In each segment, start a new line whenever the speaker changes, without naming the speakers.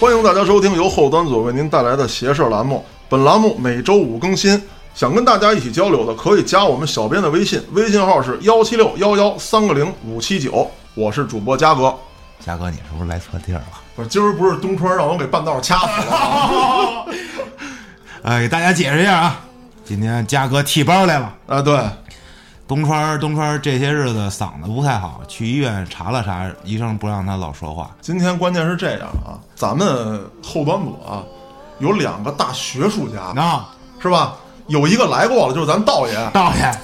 欢迎大家收听由后端组为您带来的“邪事儿”栏目。本栏目每周五更新。想跟大家一起交流的，可以加我们小编的微信，微信号是幺七六幺幺三个零五七九。我是主播嘉哥，
嘉哥，你是不是来错地儿了？
不是，今儿不是东川让我给半道儿掐死 了吗？
哎，给大家解释一下啊，今天嘉哥替包来了。
啊，对，
东川儿，东川儿这些日子嗓子不太好，去医院查了查，医生不让他老说话。
今天关键是这样啊，咱们后端组啊，有两个大学术家，
啊，
是吧？有一个来过了，就是咱道爷；
道歉，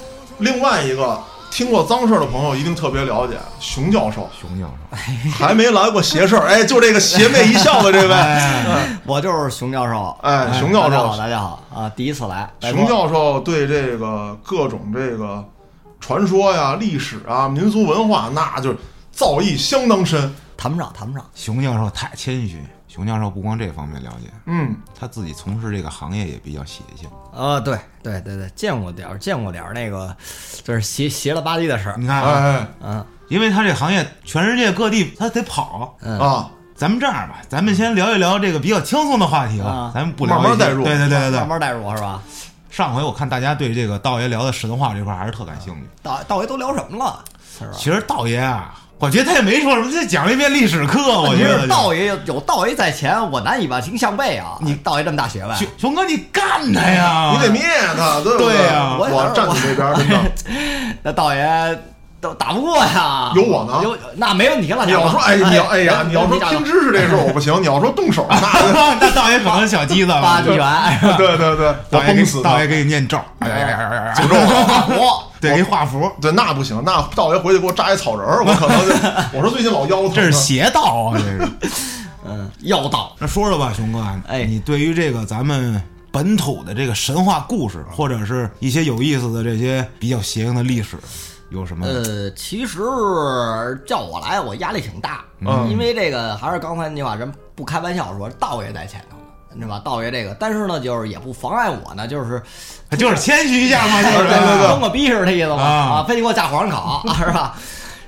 另外一个听过脏事儿的朋友一定特别了解，熊教授
熊教授，
还没来过邪事儿，哎，就这个邪魅一笑的这位，哎，
我就是熊教授。哎
熊教
大家好，
授，
大家好啊！第一次来，来
熊
过
教授对这个各种这个传说呀、历史啊、民俗文化，那就是造诣相当深。
谈不上，谈不上。
熊教授太谦虚。熊教授不光这方面了解，
嗯，
他自己从事这个行业也比较邪性。
啊，对对对对，见过点儿，见过点儿那个，就是邪邪了吧唧的事儿。
你看、啊，
哎
嗯
因为他这行业全世界各地他得跑。
嗯
啊，
咱们这样吧，咱们先聊一聊这个比较轻松的话题吧，
啊
咱们不聊
慢慢
一些
带入
对对对对对
慢，慢带入是吧？
上回我看大家对这个道爷聊的神话这块儿还是特感兴趣。
到到底都聊什么了？是吧？
其实道爷啊，我觉得他也没说什么，就讲了一遍历史课。我觉得
是道爷有有道爷在前，我难以把情向背啊！你道爷这么大学问，
熊熊哥，你干他呀！
你得灭他，对不
啊对呀
我
我
站你这边儿，真的。
那道爷都打不过呀。
有我呢
有那没问题了。
你要
大哥
说，哎，你要，哎呀，你要说
大哥
听知识这事儿我不行，你要说动手，那
那道爷可能小鸡子
八
了。
极 拳，
对对对，我
道爷给
崩
你
死
道
他
爷，给你念咒，哎呀呀呀呀呀！
诅咒我。
我
对，给你画符，
对，那不行，那道爷回去给我扎一草人儿，我可能就我说最近老腰疼，
这是邪道啊！这是。
嗯，妖道。
那说说吧，熊哥，啊
哎
你对于这个咱们本土的这个神话故事，或者是一些有意思的这些比较邪性的历史，有
嗯
什么？
呃，其实叫我来，我压力挺大，
嗯
因为这个还是刚才那话，咱不开玩笑说，道爷在前头呢，你知道吧？道爷这个，但是呢，就是也不妨碍我呢，就是
他就是谦虚一下嘛，就
对
是
对对
装个逼似的这意思嘛，
啊
啊，非得给我架火上烤， 是吧？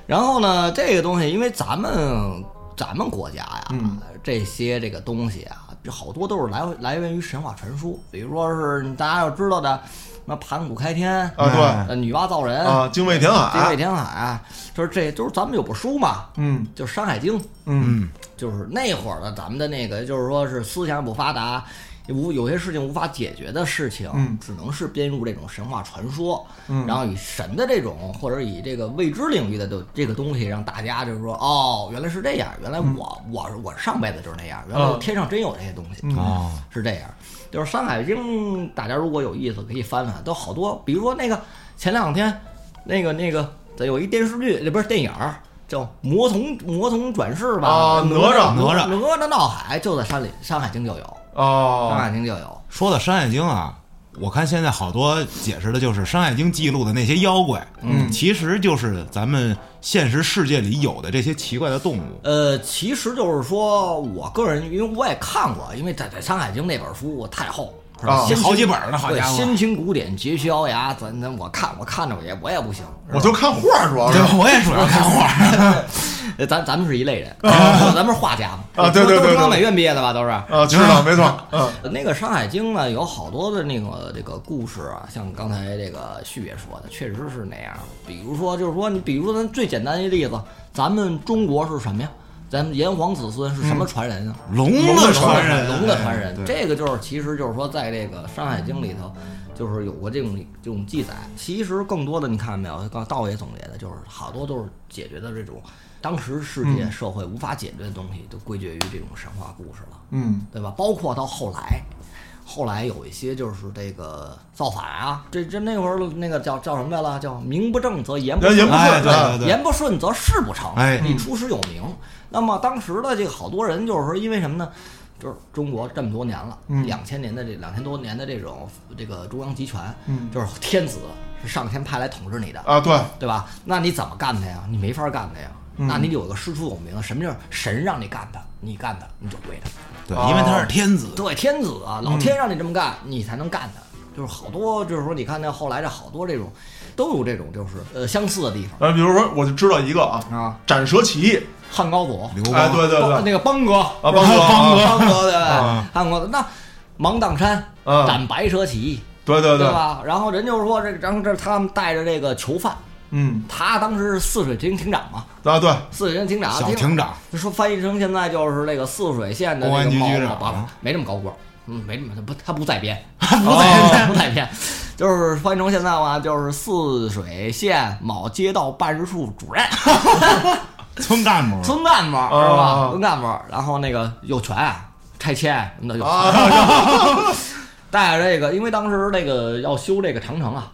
然后呢，这个东西，因为咱们咱们国家呀，
嗯
这些这个东西啊，好多都是来来源于神话传说，比如说是大家要知道的，什么盘古开天，
啊，
呃女娲造人
对啊，精卫填
精卫
海，
填海啊，就是这就是咱们有本书嘛，
嗯
就是《山海经》，
嗯
就是那会儿的咱们的那个，就是说是思想不发达，无有些事情无法解决的事情，
嗯
只能是编入这种神话传说，
嗯
然后以神的这种或者以这个未知领域的就这个东西，让大家就是说，哦，原来是这样，原来我、我我上辈子就是那样，原来
嗯
天上真有这些东西，
哦
嗯是这样，就是《山海经》，大家如果有意思可以翻翻，都好多，比如说那个前两天那个那个咱有一电视剧，那不是电影儿。叫《魔童魔童转世》吧？
啊哪吒
哪
哦哪吒
哪吒闹海就在山里，《山海经》就有，《山
哦，
海经》就有。
说到《山海经》啊，我看现在好多解释的就是《山海经》记录的那些妖怪，嗯，其实就是咱们现实世界里有的这些奇怪的动物。
呃，其实就是说，我个人因为我也看过，因为在在《山海经》那本书我太厚，是吧
啊
先秦
哦好几本呢好
对
家伙
先秦古典、绝世妖牙，咱咱我看我看着我也我也不行，是吧
我就看画主要是
对，我也主要看画。
呃 咱咱们是一类人，咱们是画家嘛，
啊对对对
都是中央
对
美院毕业的吧，都是。
啊，知道没错，嗯
呃那个《山海经》呢，有好多的那个这个故事啊，像刚才这个旭也说的，确实是那样。比如说，就是说你，比如说咱最简单一例子，咱们中国是什么呀？咱们炎黄子孙是什
嗯
么传人啊？
龙
龙的
的
传哎
传人，
龙的传人，这个就是其实就是说，在这个《山海经》里头，就是有过这种这种记载。其实更多的，你看到没有？刚道爷总结的，就是好多都是解决的这种当时世界
嗯
社会无法解决的东西，都归结于这种神话故事了，
嗯
对吧？包括到后来。后来有一些就是这个造反啊，这这那会儿那个叫叫什么来了？叫名不正则言不
言
顺，
言不
哎
顺，
对
啊
对
言不顺则事不成，
哎
你出师有名。那么当时的这个好多人就是说，因为什么呢？就是中国这么多年了，
嗯
两千年的这两千多年的这种这个中央集权，
嗯
就是天子是上天派来统治你的，
啊，对，
对吧？那你怎么干他呀？你没法干他呀。
嗯
那你得有个师出有名，什么叫神让你干他，你干他你就对他。
对，因为他是天子。
对，天子啊，老天让你这么干，
嗯
你才能干的。就是好多，就是说，你看那后来这好多这种，都有这种就是呃相似的地方
呃，比如说我就知道一个啊，
啊。
斩蛇起义，
汉高祖，
刘
哎，
邦，
对对
邦
对，
那个邦哥，
啊，邦
邦
哥，
邦
啊
哥
邦哥对 吧
啊？
汉高祖那芒砀山
啊
斩白蛇起义，
对对
对，吧？然后人就是说这，然后这他们带着这个囚犯，
嗯，
他当时是泗水亭亭长嘛，
啊对，
泗水亭亭长，
小亭长，
说翻译成现在就是那个泗水县的
公
那
安
个
局
某
局
某
长
吧
啊，
没这么高官，嗯，没这么他不他不在 编，
不
哦
在
不在编，就是翻译成现在话就是泗水县某街道办事处主任，
村干部，
村干部
哦
是吧？村干部，然后那个有权拆迁什么的有权，
啊，
带着这个，因为当时那个要修这个长城啊，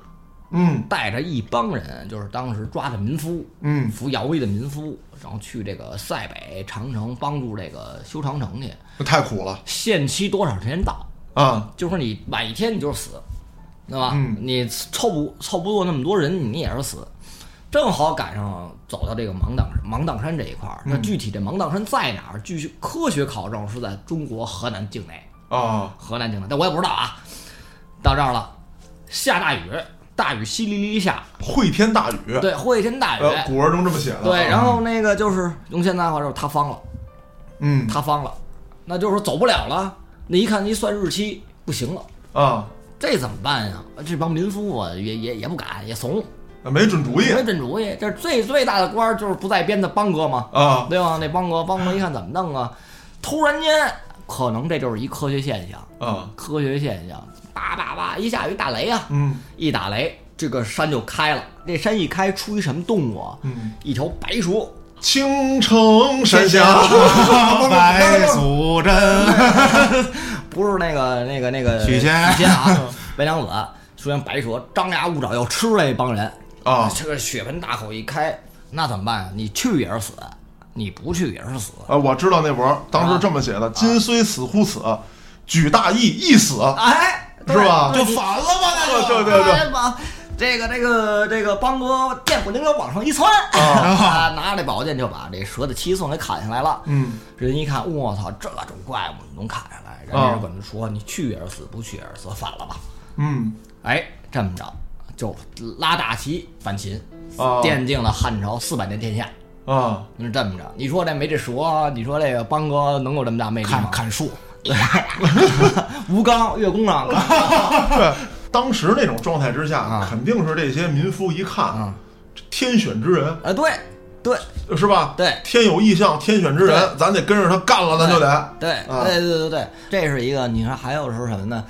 嗯
带着一帮人，就是当时抓的民夫，
嗯
服徭役的民夫，然后去这个塞北长城帮助这个修长城去，
那太苦了
限期多少天到，
啊，
就是你晚一天你就是死，对吧？
嗯
你凑不凑不过那么多人，你也是死。正好赶上走到这个芒砀芒砀山这一块儿，
嗯
那具体这芒砀山在哪儿？据科学考证是在中国河南境内，
啊，
河南境内，但我也不知道啊。到这儿了，下大雨，大雨淅沥沥下，
会天大雨，
对，会天大雨，
呃，古嗯文中这么写的，
对，
后
然后那个就是用现在的话就是塌方了，
嗯
塌方了，那就是说走不了了。那一看一算日期，不行了，
啊，
这怎么办呀？这帮民夫啊，也也也不敢，也怂，
没准主意
没准主意。这最最大的官儿就是不在编的邦哥嘛，
啊，
对吧？那邦哥，邦哥一看怎么弄啊？突然间，可能这就是一科学现象，
啊，
科学现象，叭叭叭，一下雨打雷啊，
嗯
一打雷，这个山就开了。这山一开，出一什么动物啊？
嗯，
一条白蛇。
青城山下， 啊
白素贞，
不是那个那个那个
许仙
许仙啊， 白娘子虽然白蛇张牙舞爪要吃那帮人
啊
这个血盆大口一开，那怎么办啊？你去也是死，你不去也是死。
啊，我知道那文当时这么写的，今虽死乎死，举大义亦死，
哎，对
是吧
就反了吧？那就
对对对，
哎把这个这个这个邦哥电火灵儿往上一窜，
啊
拿着宝剑就把这蛇的七寸给砍下来了。
嗯
人一看，我操，这种怪物你能砍下来？人
啊
家就跟他说：“你去也是死，不去也是死，反了吧。”
嗯
哎，这么着就拉大旗反秦，
啊
奠定了汉朝四百年天下。
啊，
就是这么着，你说这没这蛇，你说这个邦哥能有这么大魅力
砍
吗？
砍树，
吴刚、岳公让，
对，当时那种状态之下
啊，
肯定是这些民夫一看
啊，
这天选之人
啊，对，对，
是吧？
对
天有异象，天选之人，咱得跟着他干了，咱就得
对，
啊
对，对，对，对，这是一个。你看还有是什么呢？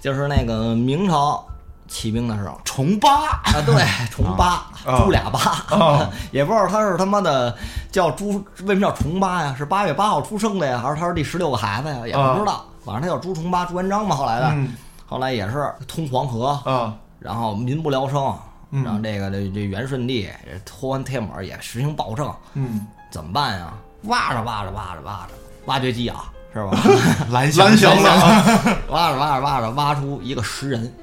就是那个明朝起兵的时候，
重八，
啊，对，重八，
啊
猪俩八，
啊
也不知道他是他妈的叫猪，为什么叫重八呀？是八月八号出生的呀，还是他是第十六个孩子呀？也
啊
不知道，反正他叫朱重八，朱元璋嘛。后来的，
嗯
后来也是通黄河，
啊
然后民不聊生，
嗯
让这个这这元顺帝这托完帖母也实行暴政，
嗯，
怎么办呀？挖着挖着挖着挖着，挖掘机啊，是吧？
蓝
蓝翔
翔
了啊，
挖着挖着挖着，挖出一个石人。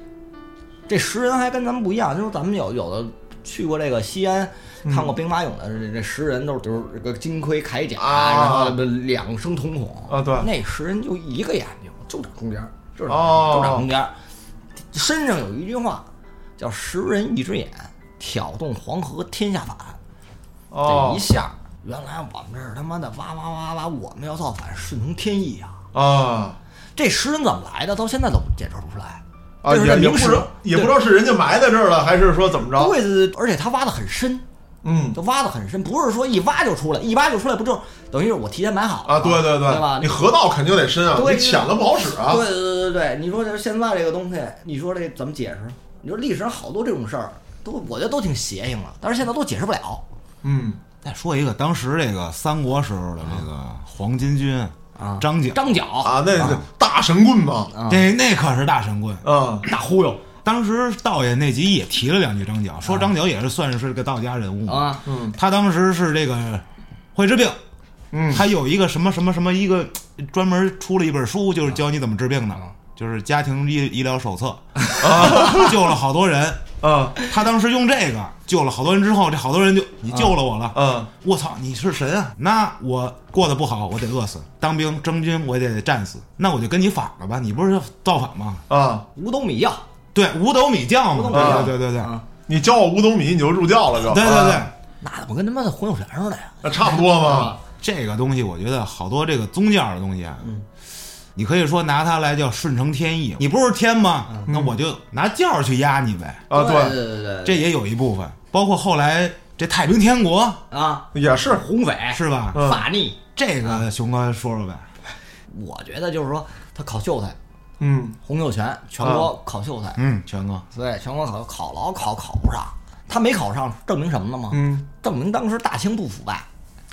这石人还跟咱们不一样，就是咱们有有的去过这个西安，看
嗯
过兵马俑的这这石人都是就是这个金盔铠甲，
啊
然后两声瞳孔
啊对
那石人就一个眼睛，就长中间儿，就长、
哦
就长中间儿，身上有一句话叫“石人一只眼，挑动黄河天下反”。 这
哦
一下，原来我们这儿他妈的哇哇哇哇，我们要造反顺从天意啊！
啊
这石人怎么来的，到现在都解释不出来。
啊，
这是在
也也
明
不知
史
道也不知道是人家埋在这儿了，还是说怎么着？
对对对，而且他挖的很深，
嗯
就挖的很深，不是说一挖就出来，一挖就出来，不就是等于是我提前买好了
啊，对对
对吧？
你河道肯定得深啊，
对
你浅了不好使啊
对。对对对对，你说这现在这个东西，你说这怎么解释？你说历史上好多这种事儿，都我觉得都挺邪性了，但是现在都解释不了
嗯
再说一个，当时这个三国时候的这个黄巾军
啊
张角，
张角
啊，那那大神棍嘛，
啊
这那可是大神棍。
啊
大忽悠
当时道爷那集也提了两句张
啊
角，说张角也是算是个道家人物嘛，
啊，
他当时是这个会治病，
嗯
他有一个什么什么什么一个呃专门出了一本书，
啊
就是教你怎么治病的，就是家庭医医疗 手册，救了好多人。
啊
他当时用这个救了好多人之后，这好多人就你救了我了，
啊
我操，你是神啊！那我过得不好，我得饿死；当兵征兵，我也得战死。那我就跟你反了吧？你不是要造反吗？
啊！
五斗米药
对，五斗米教嘛，
五斗米
教
对对对对对
啊，
你教我五斗米，你就入教了就。
对对
啊
对，
那他妈跟他妈的黄小泉似的呀！
那差不多嘛。
这个东西，我觉得好多这个宗教的东西啊，
嗯
你可以说拿它来叫顺承天意。你不是天
嗯
吗？那我就拿教去压你呗，
啊，
对
对，
对对
这也有一部分。包括后来这太平天国
对啊，
也是
红匪
是吧？
嗯
法逆，
这个熊哥说说呗。
我觉得就是说他考秀才，
嗯，
洪秀全全国考秀才，
嗯，全哥，
对，全国考考老考考不上，他没考上，证明什么了吗？
嗯，
证明当时大清不腐败，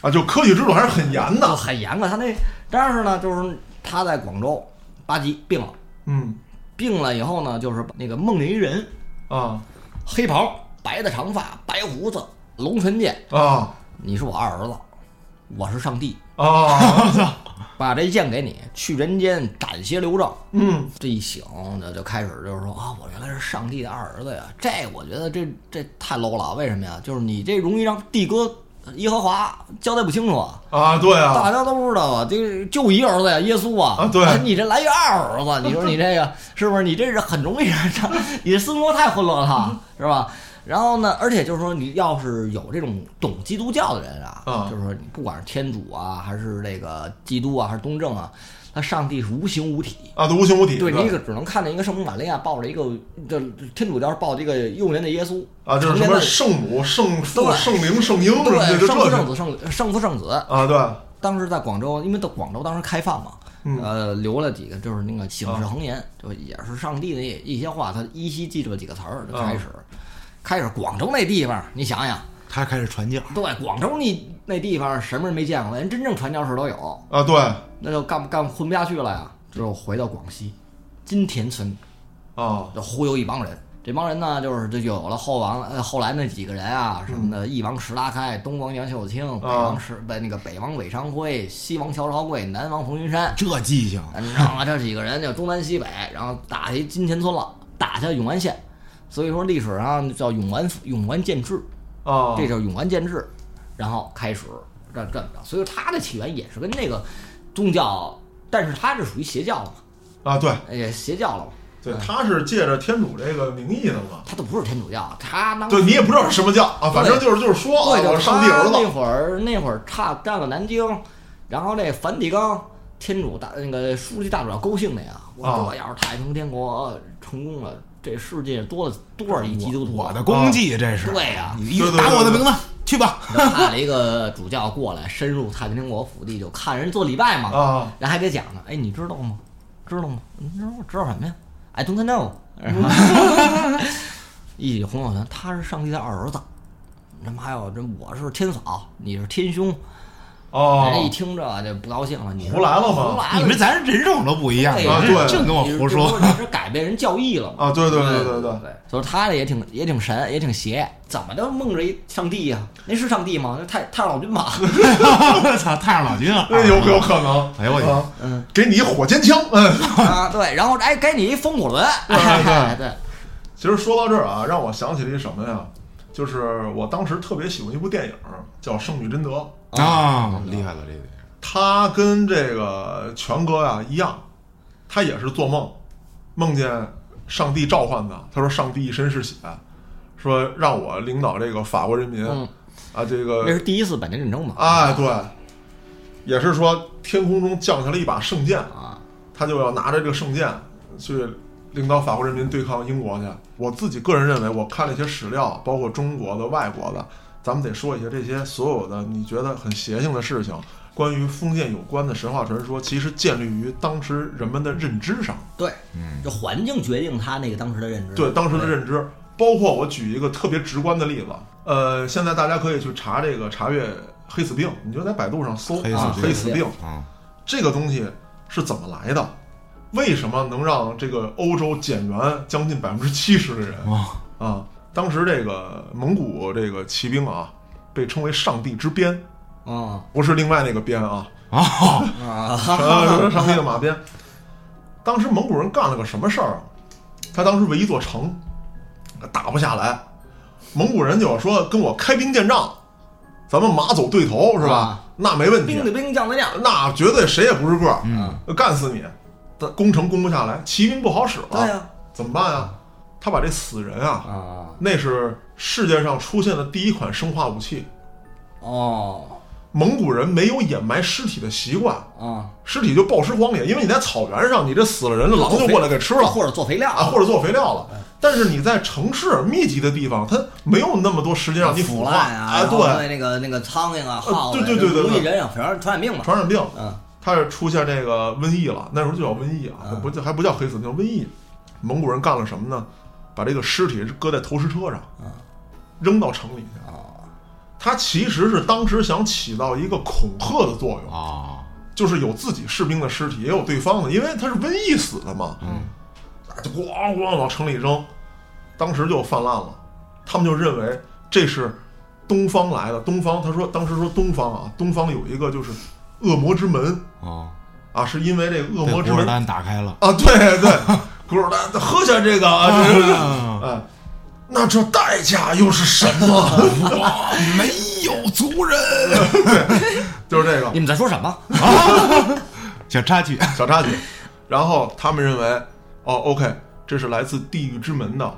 啊，就科举制度还是很严
那
的，
很严啊格。他那，但是呢，就是他在广州八级病了，
嗯
病了以后呢，就是那个梦里人，
啊
黑袍、白的长发、白胡子、龙唇剑，
啊
你是我二儿子，我是上帝，
啊，
把这剑给你，去人间斩邪留正。
嗯
这一醒，那就开始就是说啊，我原来是上帝的二儿子呀！这我觉得这这太 low 了，啊为什么呀？就是你这容易让帝哥耶和华交代不清楚啊。
啊，对
大
啊，
家都知道啊，这就一儿子呀，耶稣啊！
啊对
你这来一二儿子，你说你这个是不是？你这是很容易让他，你这思路太混乱了，是吧？然后呢，而且就是说，你要是有这种懂基督教的人啊，
啊
就是说你不管是天主啊，还是这个基督啊，还是东正啊，他上帝是无形无体。
啊，都无形无体，
对，你可只能看见一个圣母玛利亚抱着一个，这天主教是抱着一个幼年的耶稣
啊，就是什
成天
么
在
圣母、圣父、
对
圣灵、圣婴什么的，
对，
就
圣父
这
圣
些
子圣圣父圣子，
啊，对啊
当时在广州，因为到广州当时开放嘛，
嗯
呃，留了几个就是那个醒世恒言，就也是上帝的一些话，他依稀记住了几个词儿，就开始、开始广州那地方，你想想，
他开始传教，
对，广州那那地方什么人没见过，人真正传教士都有，
啊，对
那就干不干混不下去了呀，之后回到广西金田村，
啊，
就忽悠一帮人。这帮人呢，就是就有了后王，呃，后来那几个人啊，什么的，一王石达开，东王杨秀清，北王
啊
石，不、那个北王韦昌辉，西王乔朝贵，南王冯云山，
这记性，
你知道吗？这几个人就东南西北，然后打下金钱村了，打下永安县，所以说历史上叫永安永安建制，
啊，
这叫永安建制，然后开始这这么着，所以它的起源也是跟那个宗教，但是它是属于邪教了嘛，
啊，对
也邪教了嘛，
对，他是借着天主这个名义的嘛，
它都不是天主教，它当时
对你也不知道是什么教啊，反正就是就是说啊，
对，就
我
是
是上帝儿
他那
子
会儿那会儿差占了南京，然后那梵蒂冈天主大那个书记大主教高兴的呀，我
啊
说要是太平天国成功了，这世界多了多少亿基督徒啊
我的功绩这是。
对呀
你一
对对对
打我的
对
名字去吧。
然后派了一个主教过来，深入太平天国腹地，就看人做礼拜嘛，
啊，
然后还给讲呢，哎，你知道吗？知道吗？你知道我知道什么呀？I don't know。一哄小泉，他是上帝的二儿子，他妈哟，这我是天嫂，你是天兄，
哦
人家一听这就不高兴了，你是
胡来了吗
胡来了，
你们咱人种都不一样，
对
啊
你
对
这净跟我
你是
胡说。
你是改变人教义了嘛？
啊，对对对对对
对，所以他这也挺也挺神，也挺邪，怎么就梦着一上帝呀、那是上帝吗？那太太上老君吧？
我 操，太上老君啊！
那有有可能，
哎呦我去
啊
嗯
给你一火尖枪，嗯。
啊，对，然后哎，给你一风火轮，哎 对，
其实说到这儿啊，让我想起了一什么呀？就是我当时特别喜欢一部电影，叫《圣女贞德》，
啊，厉害了，厉害！
他跟这个权哥呀、一样，他也是做梦，梦见上帝召唤他，他说上帝一身是血，说让我领导这个法国人民、
嗯，
啊，这
那
个
是第一次百年战争嘛？
哎对，也是说天空中降下了一把圣剑，
啊，
他就要拿着这个圣剑去领导法国人民对抗英国去。我自己个人认为，我看了一些史料，包括中国的、外国的，咱们得说一些这些所有的你觉得很邪性的事情，关于封建有关的神话传说，其实建立于当时人们的认知上，
对，就环境决定他那个当时的认知，
嗯对当时的认知。包括我举一个特别直观的例子，呃，现在大家可以去查这个查阅黑死病，你就在百度上搜
黑死
啊
病
黑死病，
啊，
这个东西是怎么来的？为什么能让这个欧洲减员将近百分之七十的人
哇
啊？当时这个蒙古这个骑兵啊，被称为上帝之鞭，
啊
不是另外那个鞭啊，
啊！
啊，
啊上帝的马鞭。当时蒙古人干了个什么事儿啊？他当时围一座城，打不下来，蒙古人就要说跟我开兵见仗，咱们马走对头是吧？
啊
那没问题，
兵的兵，将的将，
那绝对谁也不是个儿，呃
嗯，
干死你！但攻城攻不下来，骑兵不好使了，
对呀，
怎么办呀？他把这死人啊，
啊，
那是世界上出现的第一款生化武器。
哦，
蒙古人没有掩埋尸体的习惯，
啊，
尸体就暴尸荒野，因为你在草原上，你这死了人了，狼就过来给吃了，
或者嗯做肥料
啊，或者做肥料了。但是你在城市密集的地方，它没有那么多时间让你
腐
腐化
烂啊，
哎，
然后
对，呃
那个那个苍蝇啊、耗子呀，
对对对对对
容易人啊，反正传 染病嘛。
传染病，
嗯，
它是出现这个瘟疫了，那时候就叫瘟疫啊，那不叫还不叫黑死病，叫瘟疫。蒙古人干了什么呢？把这个尸体搁在投石车上，
嗯
扔到城里去。
哦
它其实是当时想起到一个恐吓的作用，
哦，
就是有自己士兵的尸体，也有对方的，因为他是瘟疫死的嘛，嗯，就咣咣往城里扔，当时就泛滥了，他们就认为这是东方来的，东方他说当时说东方啊，东方有一个就是恶魔之门
哦，
啊，是因为这个恶
被
魔之
古尔
门
丹打开了，
啊，对对，古尔丹喝下这个啊，这是
啊
哎，那这代价又是什 么？
没有族人。
就是这个
你们在说什 么？
小插 曲，
小插曲。然后他们认为，哦，OK，这是来自地狱之门的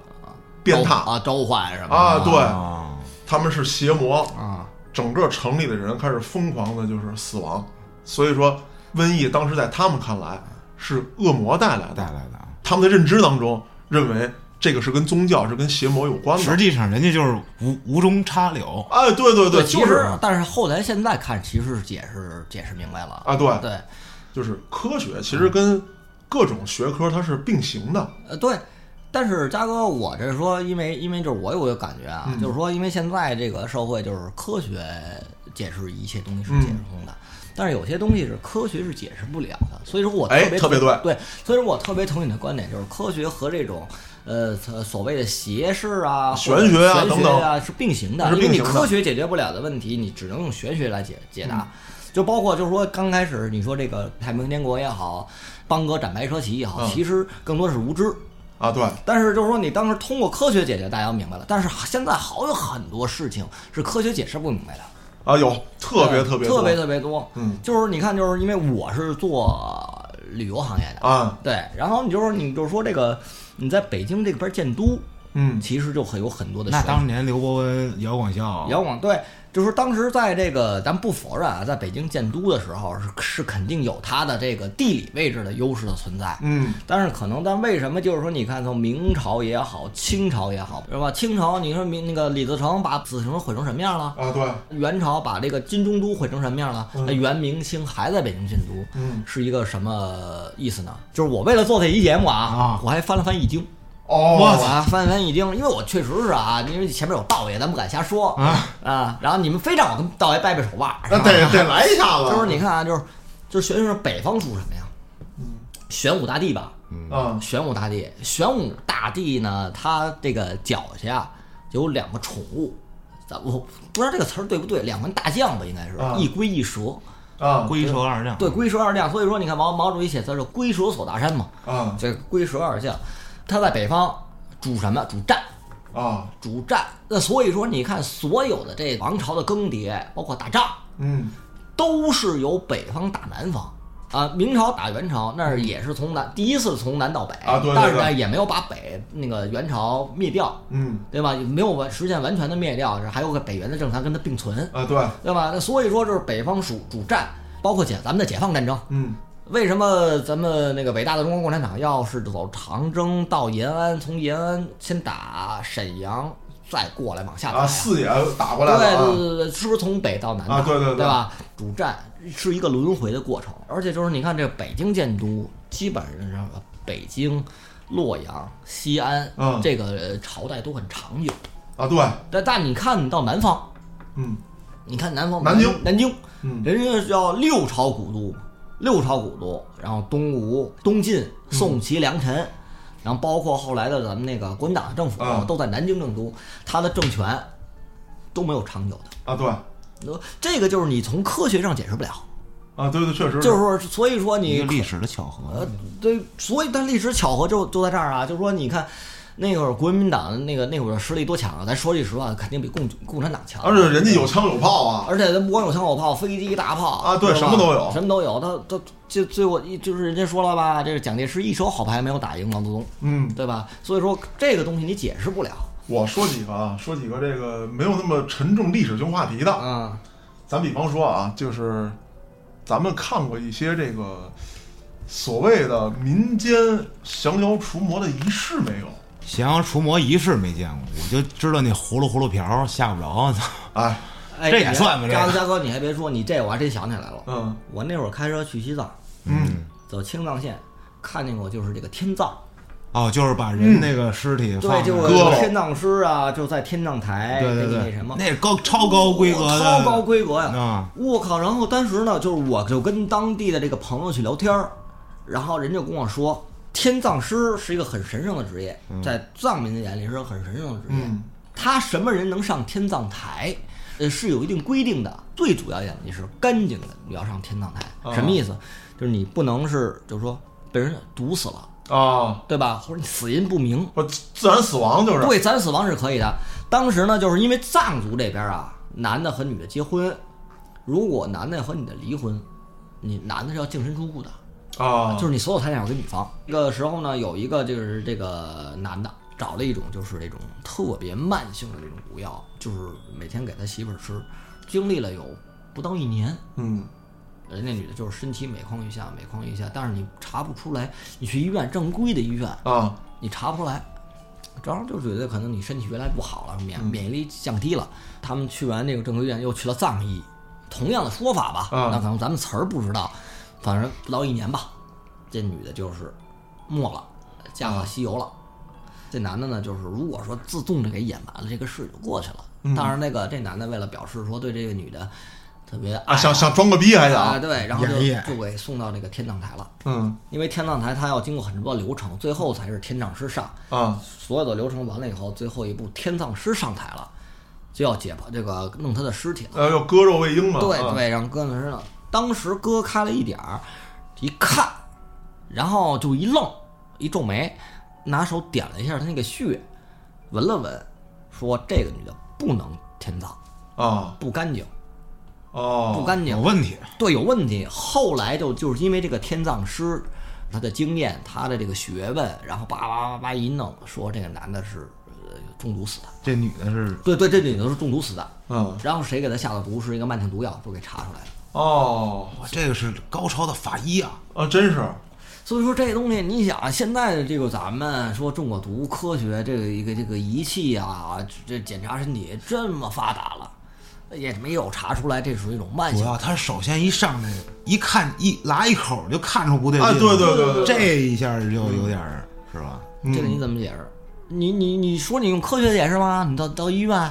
鞭挞
啊，召唤什么的
啊，对，
哦
他们是邪魔，
啊，
整个城里的人开始疯狂的就是死亡，所以说瘟疫当时在他们看来是恶魔带来的，
带来的啊。
他们的认知当中认为这个是跟宗教是跟邪魔有关
实
的。
际上人家就是无无中插柳，
哎，对对对，
其
就是
实啊但是后来现在看，其实是解释解释明白了
啊，对，
对，
就是科学其实跟各种学科它是并行的，
呃，对。但是嘉哥，我这说，因为因为就是我有个感觉啊，
嗯
就是说，因为现在这个社会就是科学解释一切东西是
嗯
解释通的，但是有些东西是科学是解释不了的。所以说我特
哎
别
特别对
对，所以说我特别同意你的观点，就是科学和这种呃所谓的邪视啊、
玄
或者
学啊
玄
等
学
等
啊是并行的，
是
因为
并
你
行的嗯
科学解决不了的问题，你只能用玄学来解解答。就包括就是说，刚开始你说这个太平天国也好，邦哥斩白蛇起义也好，
嗯
其实更多是无知。
啊，对，
但是就是说，你当时通过科学解决，大家明白了。但是现在好有很多事情是科学解释不明白的，
啊，有特别
对特
别
别
多
特别多。
嗯，
就是你看，就是因为我是做旅游行业的，
啊，
对。然后你就是你就是说这个你在北京这边建都，
嗯，
其实就很有很多的
那
玄学
当年刘伯温、姚广孝，
姚广对，就是当时在这个，咱不否认啊，在北京建都的时候是是肯定有它的这个地理位置的优势的存在。
嗯，
但是可能，但为什么就是说，你看从明朝也好，清朝也好，是吧？清朝你说明那个李自成把紫禁城毁成什么样了？
啊，对，
元朝把这个金中都毁成什么样了？那元明清还在北京建都，
嗯
是一个什么意思呢？就是我为了做这期节目啊
啊，
我还翻了翻《易经》。我
哦，
啊，翻翻易经，因为我确实是啊，因为前面有道爷，咱不敢瞎说
啊
然后你们非让我跟道爷掰掰手腕儿，
那 得得来一下子，
就是你看啊，就是就是玄学北方属什么呀？
嗯
玄武大帝吧，
啊，
玄武大帝，玄武大帝呢，他这个脚下有两个宠物，咱我不知道这个词儿对不对，两门大将吧，应该是、
啊
一龟一蛇，
啊
龟蛇二将，
对，龟蛇二将，所以说你看毛毛主席写字是龟蛇锁大山嘛，
啊
这个龟蛇二将，他在北方主什么？主战。
啊，
主战。那所以说，你看所有的这王朝的更迭，包括打仗，
嗯，
都是由北方打南方。啊，明朝打元朝，那儿也是从南，第一次从南到北
啊对对
但是呢，
对
也没有把北那个元朝灭掉，
嗯，
对吧？也没有完实现完全的灭掉，还有个北元的政权跟它并存，
啊，对，
对吧？那所以说，就是北方属主战，包括解咱们的解放战争，
嗯，
为什么咱们那个伟大的中国共产党要是走长征到延安，从延安先打沈阳，再过来往下打呀、
啊，四野打过来
对
了
对对对，是不是从北到南打？
啊对对对
吧？主战是一个轮回的过程，而且就是你看这个北京建都，基本上北京、洛阳、西安、
嗯
这个朝代都很长久。
啊，啊，对，
但但你看你到南方，
嗯，
你看南方
南京
南京，
嗯
人家叫六朝古都，六朝古都，然后东吴、东晋、宋齐梁陈，然后包括后来的咱们那个国民党政府、
啊
都在南京正都，他的政权都没有长久的。
啊，对，
那这个就是你从科学上解释不了，
啊，对对，确实
就是说，所以说
一
你
个历史的巧合
呃。，对，所以但历史巧合就就在这儿啊，就是说，你看那会儿国民党那个那会儿的实力多强啊，咱说句实话，肯定比共共产党强。啊
而且人家有枪有炮啊，
而且它不光有枪有炮、飞机、大炮
啊对
是吧
什么都有
什么都有。他他就最后一就是人家说了吧，这是蒋介石一手好牌没有打赢毛泽东，
嗯，
对吧？所以说这个东西你解释不了
我说几个啊，说几个这个没有那么沉重历史性话题的，
啊
咱比方说啊，就是咱们看过一些这个所谓的民间降妖除魔的仪式没有？
降妖除魔仪式没见过，我就知道那葫芦葫芦瓢下不着。
哎，
哎，
这也算吧这个
张大哥，你还别说，你这我还真想起来了。
嗯
我那会儿开车去西藏，
嗯，
走青藏线，看见过就是这个天葬，
哦，就是把人那个尸体放
嗯对，就
割了
是天葬师啊，就在天葬台
对对
那个
对
那什么，哦
那高超高规格的，
超高规格呀！
啊，
我靠！然后当时呢，就是我就跟当地的这个朋友去聊天儿，然后人就跟我说，天葬师是一个很神圣的职业，在藏民的眼里是个很神圣的职业。
嗯
他什么人能上天葬台？呃，是有一定规定的。最主要一点，你是干净的，你要上天葬台，
啊
什么意思？就是你不能是，就是说被人毒死了，
啊，
对吧？或者你死因不明，
我自然死亡就是
对，咱死亡是可以的。当时呢，就是因为藏族这边啊，男的和女的结婚，如果男的和你的离婚，你男的是要净身出户的，
啊，
就是你所有财产要给女方。这个时候呢，有一个就是这个男的找了一种就是这种特别慢性的这种毒药，就是每天给他媳妇儿吃，经历了有不到一年，
嗯
人家女的就是身体每况愈下，每况愈下，但是你查不出来，你去医院正规的医院
啊，
你查不出来。主要就觉得可能你身体原来不好了，
嗯
免免疫力降低了。他们去完那个正规医院，又去了藏医，同样的说法吧。
啊
那可能咱们词儿不知道，反正不到一年吧，这女的就是没了，嫁
啊
了西游了。这男的呢，就是如果说自动的给演完了，这个事就过去了。
嗯
当然，那个这男的为了表示说对这个女的特别
啊，
爱
想想装个逼还
哎啊，
想，
对，然后就
演一演
就给送到那个天葬台了。
嗯
因为天葬台它要经过很多流程，最后才是天葬师上。
啊
所有的流程完了以后，最后一步天葬师上台了，就要解剖这个弄他的尸体了。
呃，要割肉喂鹰嘛，
对
啊，
对，让哥们身上，当时割开了一点儿，一看，然后就一愣，一皱眉，拿手点了一下他那个穴，闻了闻，说这个女的不能天葬，
啊
不干净，不
哦，
干净
有。问题。
对，有问题。后来就就是因为这个天葬师，他的经验，他的这个学问，然后叭叭叭叭一弄，说这个男的是呃中毒死的。
这女的是
对对，这女的是中毒死的。
嗯
然后谁给她下的毒是一个慢性毒药，就给查出来了。
哦
哇，这个是高超的法医啊！
啊，真是
所以说这东西，你想啊现在的这个咱们说中国毒科学这个一个这个仪器啊，这检查身体这么发达了，也没有查出来这属于一种慢
主
性。
要他首先一上来一看一拉一口就看出不对劲了，
哎对对对对对
这一下就有点儿是吧？
这个你怎么解释？你你你说你用科学解释吗？你到到医院，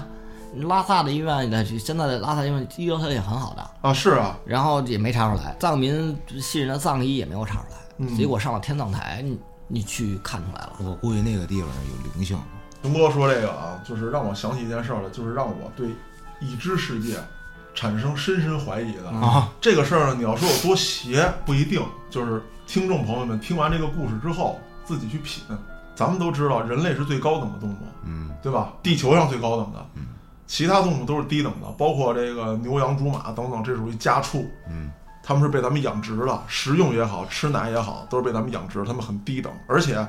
你拉萨的医院，那现在的拉萨医院医疗条件很好的，
啊，是啊，
然后也没查出来，藏民信任的藏医也没有查出来，
嗯
结果上了天葬台，你你去看出来了。
我估计那个地方有灵性，
熊哥说这个啊，就是让我想起一件事儿了，就是让我对已知世界产生深深怀疑
嗯
的
啊。
这个事儿呢，你要说有多邪不一定，就是听众朋友们听完这个故事之后自己去品。咱们都知道，人类是最高等的动物，
嗯，
对吧？地球上最高等的，其他动物都是低等的，包括这个牛羊猪马等等，这属于家畜，
嗯，
他们是被咱们养殖的，食用也好，吃奶也好，都是被咱们养殖，他们很低等，而且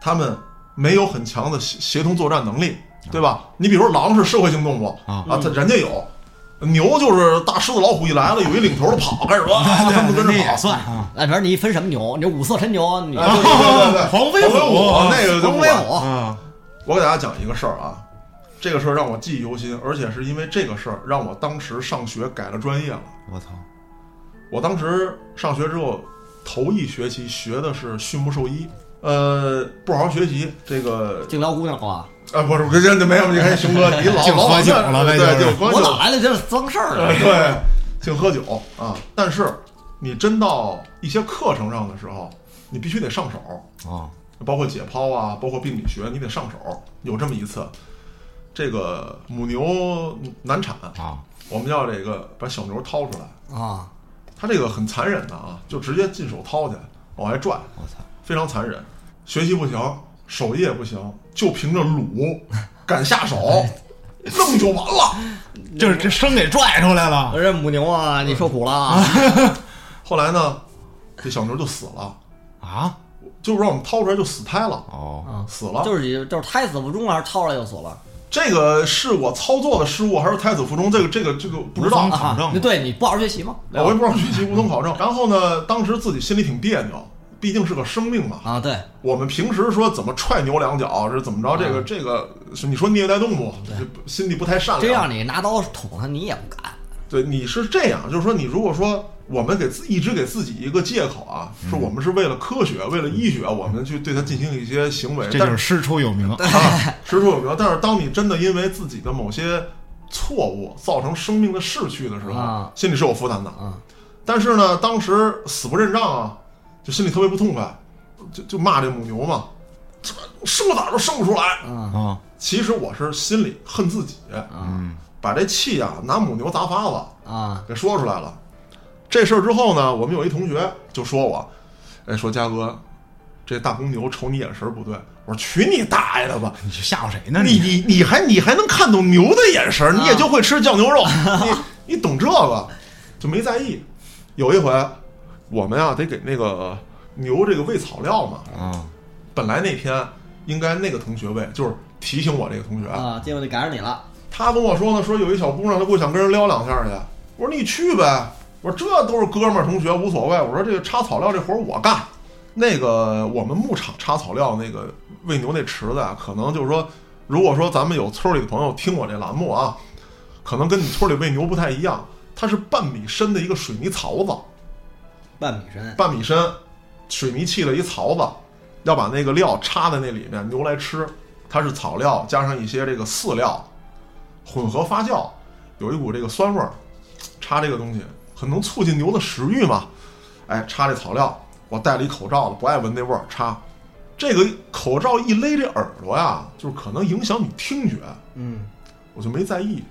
他们没有很强的协协同作战能力，对吧？你比如狼是社会性动物
啊
它人家有。牛就是大狮子、老虎一来了，有一领头的跑，开始哇，他们
对
跟
那
着跑
也，算啊。
哎，反正你一分什么牛，你五色神牛，你
哎对对对对
黄飞
黄飞
虎
虎那个就不
黄飞
管
虎
啊，
我给大家讲一个事儿啊，这个事儿让我记忆犹新，而且是因为这个事儿让我当时上学改了专业了。
我操，
我当时上学之后，头一学期学的是畜牧兽医，呃，不好好学习，这个
净撩姑娘啊！
啊，不是，不是，没有，你看熊哥，你 老
净
老
喝
往
酒
这
了呗
对，
就是
净喝
我
酒呃
哪来的这脏事儿啊？
对，净喝酒啊。但是你真到一些课程上的时候，你必须得上手，
啊，
包括解剖啊，包括病理学，你得上手。有这么一次，这个母牛难产，
啊，
我们要这个把小牛掏出来，
啊，
它这个很残忍的啊，就直接进手掏去，往外拽，
我操，
非常残忍。学习不行，手艺也不行，就凭着鲁敢下 手，弄就完了。
就是这生给拽出来了，
这母牛啊，你受苦了啊！
后来呢，这小牛就死了，
啊，
就让我们掏出来就死胎了，
哦，
啊
死了。
就是就是胎死腹中还是掏出来就死了？
这个是我操作的失误还是胎死腹中？这个这个这个不知道
无从考证
啊对你不好好学习吗？
我
啊
也不知道学习无从考证。 然后呢，当时自己心里挺别扭，毕竟是个生命嘛。
啊，对，
我们平时说怎么踹牛两脚是怎么着，
啊
这个这个是你说虐待动物，这不心地不太善良。
真让你拿刀捅他，你也不敢。
对，你是这样，就是说，你如果说我们给自一直给自己一个借口啊，
嗯
说我们是为了科学、为了医学，我们去对它进行一些行为，
这
但
就是师出有名。
啊，实处有名。但是当你真的因为自己的某些错误造成生命的逝去的时候，
啊
心里是有负担的。
啊
但是呢，当时死不认账啊，就心里特别不痛快，就就骂这母牛嘛，这生个崽儿都生不出来。
啊
啊，
其实我是心里恨自己，
嗯，
把这气啊拿母牛砸发子。
啊！
给说出来了。这事儿之后呢，我们有一同学就说我，哎，说嘉哥，这大公牛瞅你眼神儿不对。我说去你大爷的吧！
你吓唬谁呢？
你你你还你还能看懂牛的眼神儿，你也就会吃酱牛肉，你你懂这个，就没在意。有一回，我们啊得给那个牛这个喂草料嘛，
啊，
本来那天应该那个同学喂，就是提醒我这个同学，
啊，结果就赶上你了。
他跟我说呢，说有一小姑娘，她不想跟人撩两下去。我说你去呗，我说这都是哥们儿同学，无所谓。我说这个插草料这活儿我干。那个我们牧场插草料那个喂牛那池子啊，可能就是说，如果说咱们有村里的朋友听我这栏目啊，可能跟你村里喂牛不太一样，它是半米深的一个水泥槽子，
半米深，
半米深，水泥砌了一槽子，要把那个料插在那里面，牛来吃。它是草料加上一些这个饲料，混合发酵，有一股这个酸味儿。插这个东西很能促进牛的食欲嘛。哎，插这草料，我戴了一口罩子，不爱闻那味儿，插。这个口罩一勒这耳朵呀，就是可能影响你听觉。
嗯，
我就没在意，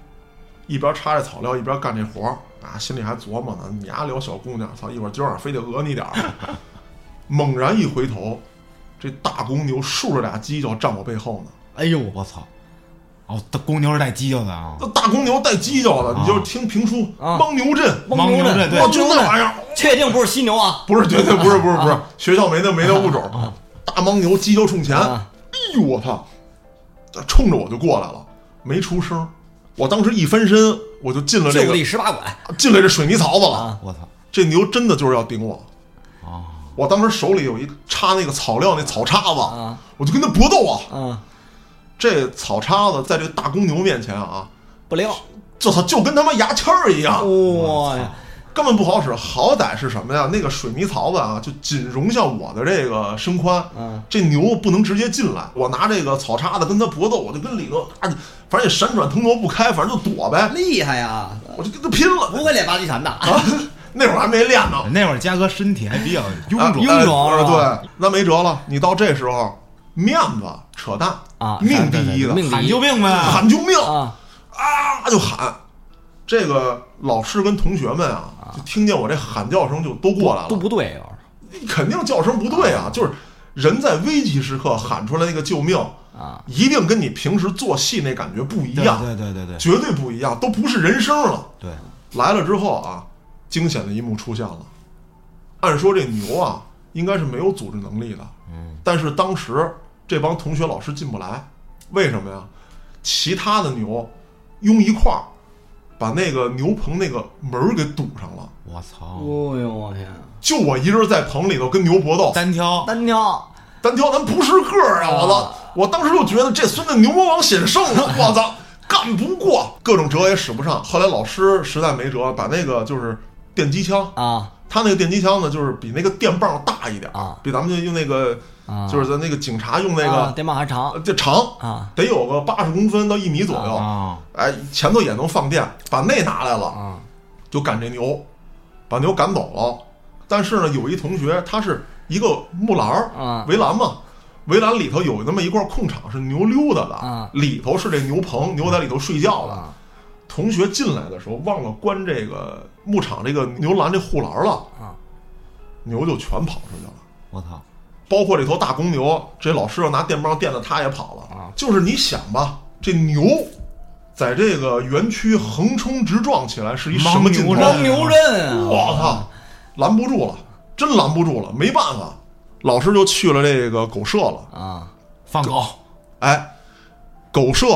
一边插着草料一边干这活儿啊，心里还琢磨呢，你丫聊小姑娘，操，一会儿今晚上非得讹你点儿。 猛然一回头，这大公牛竖着俩犄角站我背后呢。
哎呦，我操！哦，这公牛是带犄角的啊，
那大公牛带犄角的，你就听评书《
啊
蒙牛阵》
蒙牛
蒙牛
的，
的对
我
蒙
就
牛
那玩
的，
意儿，
确定不是犀牛啊？
不是，绝对不是，不是，不是，学校没那没那物种。大蒙牛犄角冲前，哎
啊
呦我操！冲着我就过来了，没出声。我当时一翻身，我就进了这
就
个
地十八拐
进了这水泥槽子了。
啊！
我操！
这牛真的就是要顶我。
啊，
我当时手里有一插那个草料那草叉子
啊，
我就跟它搏斗啊。
啊，
这草叉子在这大公牛面前啊，
不灵，
这操就跟他妈牙签儿一
哦
样，
哇呀！
根本不好使。好歹是什么呀？那个水泥槽子啊，就仅容下我的这个身宽。
嗯
这牛不能直接进来，我拿这个草叉子跟它搏斗，我就跟里头啊，反正也闪转腾挪不开，反正就躲呗，
厉害呀！
我就跟它拼了。
不会练巴基斯坦的，
啊，那会儿还没练呢，
那会儿嘉哥身体还比较臃肿，
啊 臃肿是吧
哎对，那没辙了。你到这时候，面子扯淡
啊
命第一的，
命
喊救命呗！
喊救命
啊
啊就喊。这个老师跟同学们啊，就听见我这喊叫声就都过来
都
了，
不对啊
肯定叫声不对啊，就是人在危急时刻喊出来那个救命，
啊！
一定跟你平时做戏那感觉不一
对
样，
对对对对
绝对不一样，都不是人声了。
对，
来了之后啊，惊险的一幕出现了。按说这牛啊，应该是没有组织能力的，
嗯，
但是当时这帮同学老师进不来，为什么呀？其他的牛拥一块儿，把那个牛棚那个门儿给堵上了，
我操！
哦呦我天，
就我一人在棚里头跟牛搏斗，
单挑，
单挑
单挑咱不是个儿啊！我操！我当时就觉得这孙子牛魔王显圣了，我操，干不过，各种辙也使不上。后来老师实在没辙，把那个就是电击枪
啊
他那个电击枪呢，就是比那个电棒大一点儿
啊
比咱们就用那个，
啊！
就是咱那个警察用那
啊
个，
电棒还长
呃这长，
啊
得有个八十公分到一米左右。
啊，
哎，前头也能放电，把那拿来了，
啊
就赶这牛，把牛赶走了。但是呢，有一同学他是一个木栏儿
啊
围栏嘛，围栏里头有那么一块空场是牛溜达的
啊，
里头是这牛棚，牛在里头睡觉的。
啊
同学进来的时候忘了关这个牧场这个牛栏这护栏了，
啊！
牛就全跑出去了。
我操！
包括这头大公牛，这老师要拿电棒电的，他也跑了
啊
就是你想吧，这牛在这个园区横冲直撞起来是一什么劲头
蒙？
蒙牛刃啊！
我操，拦不住了，真拦不住了，没办法，老师就去了这个狗舍了。
哦
啊！
放狗，
哎，狗舍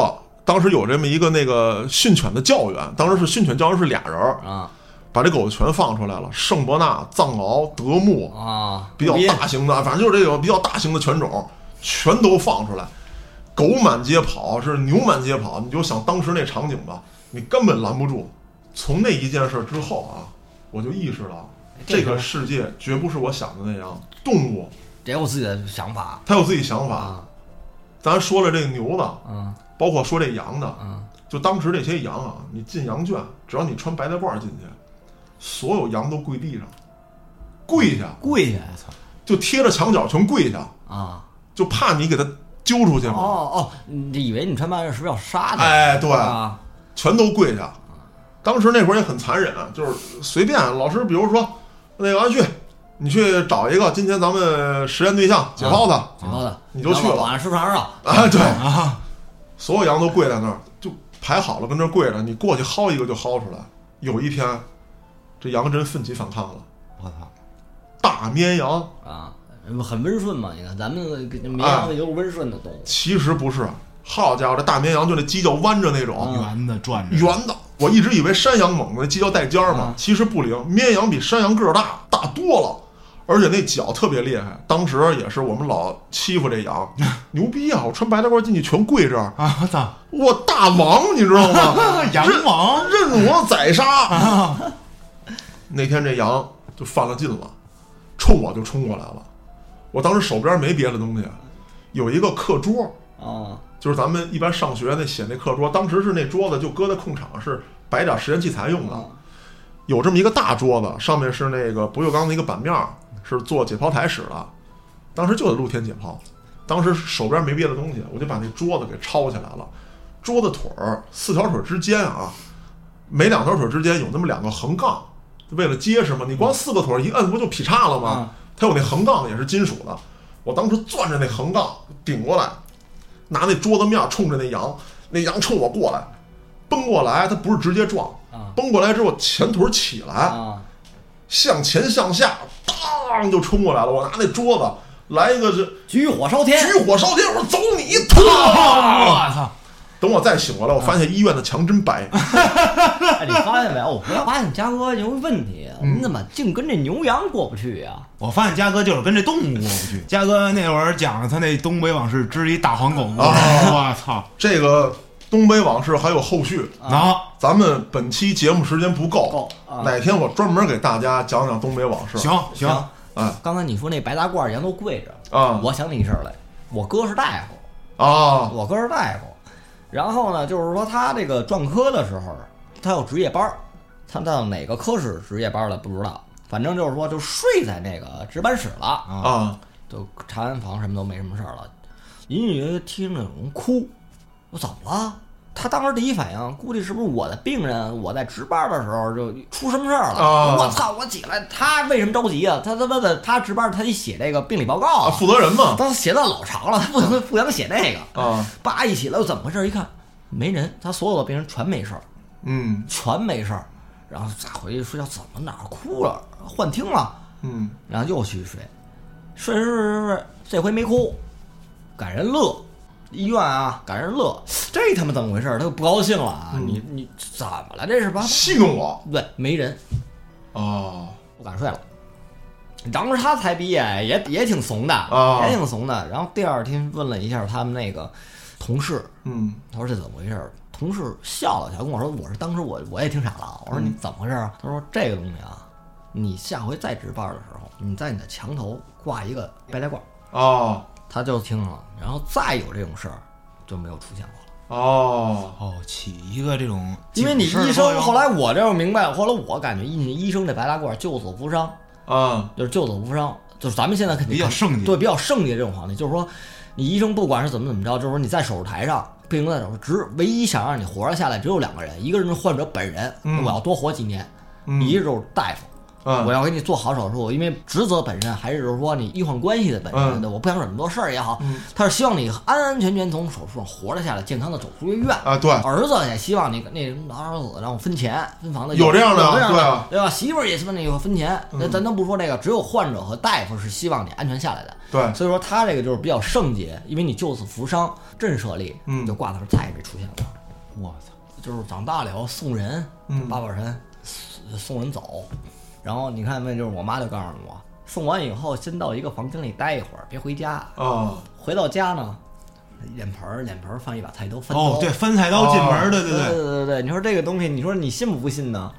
当时有这么一个那个训犬的教员，当时是训犬教员是俩人儿，
啊
把这狗全放出来了，圣伯纳、藏獒、德牧，
啊，
比较
胡斌
大型的，反正就是这种比较大型的犬种，全都放出来，狗满街跑，是牛满街跑，你就想当时那场景吧，你根本拦不住。从那一件事之后啊，我就意识到，
哎
这个世界绝不是我想的那样，动物
这有我自己的想法
它有自己想法。
啊
咱说了这牛的，
啊
包括说这羊的，
啊
就当时这些羊啊，你进羊圈，只要你穿白大褂进去，所有羊都跪地上，跪下，
跪下
我操，
就贴着墙角全跪下，
啊！
就怕你给它揪出去
哦
嘛。
哦，你以为你穿白是不是要杀他？
哎，对，
啊
全都跪下。当时那会儿也很残忍，啊就是随便老师，比如说那个安旭，你去找一个今天咱们实验对象，啊解剖他
怎么的？
你就去了
晚上食堂上
啊，对，
啊，
所有羊都跪在那儿，就排好了跟那儿跪着，你过去薅一个就薅出来。有一天，这羊真奋起反抗了，
我操，
大绵羊
啊，很温顺嘛。你看咱们跟绵
啊
羊也有温顺的动物
其实不是，好家伙，这大绵羊就那犄角弯着那种，
嗯圆的转着，
圆的。我一直以为山羊猛的犄角带尖儿嘛
啊，
其实不灵，绵羊比山羊个儿大，大多了，而且那脚特别厉害。当时也是我们老欺负这 羊，牛逼啊！我穿白大褂进去全跪这儿，
啊，我操，
我大王，你知道吗？
羊王
任我宰杀。
啊，
那天这羊就犯了劲了，冲我就冲过来了。我当时手边没别的东西，有一个课桌，
啊
就是咱们一般上学那写那课桌，当时是那桌子就搁在空场，是摆点实验器材用的。有这么一个大桌子，上面是那个不锈钢的一个板面儿，是做解剖台使的。当时就得露天解剖，当时手边没别的东西，我就把那桌子给抄起来了。桌子腿儿四条腿之间啊，每两条腿之间有那么两个横杠，为了结实嘛，你光四个腿儿一摁不就劈叉了吗
啊？
它有那横杠也是金属的，我当时攥着那横杠顶过来，拿那桌子面儿冲着那羊，那羊冲我过来，奔过来，它不是直接撞
啊，
奔过来之后前腿起来，
啊
向前向下，当就冲过来了。我拿那桌子来一个是
举火烧天，
举火烧天，我说走你， 嘡！
哦我操，
等我再醒过来，我发现医院的墙真 白，
哎，你发现没有？我发现嘉哥有个问题，
嗯
你怎么净跟这牛羊过不去呀？
我发现嘉哥就是跟这动物过不去。嘉哥那会儿讲了他那东北往事之一大黄狗故事，
啊
我操，
这个东北往事还有后续。
然后
咱们本期节目时间不够
够，啊
哪天我专门给大家讲讲东北往事。
行行，
哎
刚才你说那白大褂羊都跪着
啊
我想起一事儿来，我哥是大夫，
啊，
我哥是大夫，然后呢，就是说他这个专科的时候，他有值夜班儿，他到哪个科室值夜班儿了不知道，反正就是说就睡在那个值班室了，
啊
就查完房什么都没什么事儿了，隐隐约约听着有人哭，我怎么了？他当时第一反应，估计是不是我的病人，我在值班的时候就出什么事儿了？
啊
我操！我起来，他为什么着急啊？他他妈的，他值班，他得写这个病理报告
啊，
啊，
负责人嘛
他写的老长了，他不能不想写那个。
啊，
叭一起来，我怎么回事？一看没人，他所有的病人全没事儿，
嗯
全没事儿。然后再回去睡觉，怎么哪儿哭了，幻听了，
嗯
然后又去睡，睡睡睡睡睡，这回没哭，感人乐。医院啊，感人乐，这他妈怎么回事儿？他就不高兴了啊！你你怎么了？这是吧？
戏弄我
对，没人，
啊
不敢睡了。当时他才毕业，也也挺怂的，
啊
也挺怂的。然后第二天问了一下他们那个同事，
嗯
他说这怎么回事儿？同事笑了笑，跟我说：“我是当时我我也挺傻了。”我说：“你怎么回事儿啊？”他说：“这个东西啊，你下回再值班的时候，你在你的墙头挂一个白大褂。
啊”
他就听了，然后再有这种事儿就没有出现过了。
哦。
哦，起一个这种，
因为你
警示
医
作
生，
用
后来我这就明白，后来我感觉你医生这白大褂救死扶伤，
啊
就是救死扶伤，就是咱们现在肯定
比较圣洁
对，比较圣洁这种皇帝，就是说，你医生不管是怎么怎么着，就是说你在手术台上，病人在手术，只唯一想让你活着下来只有两个人，一个人是患者本人，
嗯
我要多活几年，
嗯
一个就是大夫。
嗯
我要给你做好手术，因为职责本身还是就是说你医患关系的本身
嗯
对我不想惹那么多事儿也好
嗯，
他是希望你安安全全从手术上活着下来，健康的走出医院。
啊，对，
儿子也希望你那什么儿子让我分钱分房子，
有这样的
有这样
对啊
对吧？媳妇儿也希望你有分钱，那咱咱不说这个，只有患者和大夫是希望你安全下来的。
对
所以说他这个就是比较圣洁，因为你救死扶伤，震慑力
嗯
就挂那儿再也没出现过。
我操，
就是长大了以后送人，
嗯
八宝神送送人走，然后你看那就是我妈就告诉我，送完以后先到一个房间里待一会儿，别回家。
啊，
回到家呢，脸盆儿脸盆儿放一把菜刀，翻
哦
刀，
对，翻菜刀进门儿，对对
对对对对，你说这个东西，你说你信不不信呢？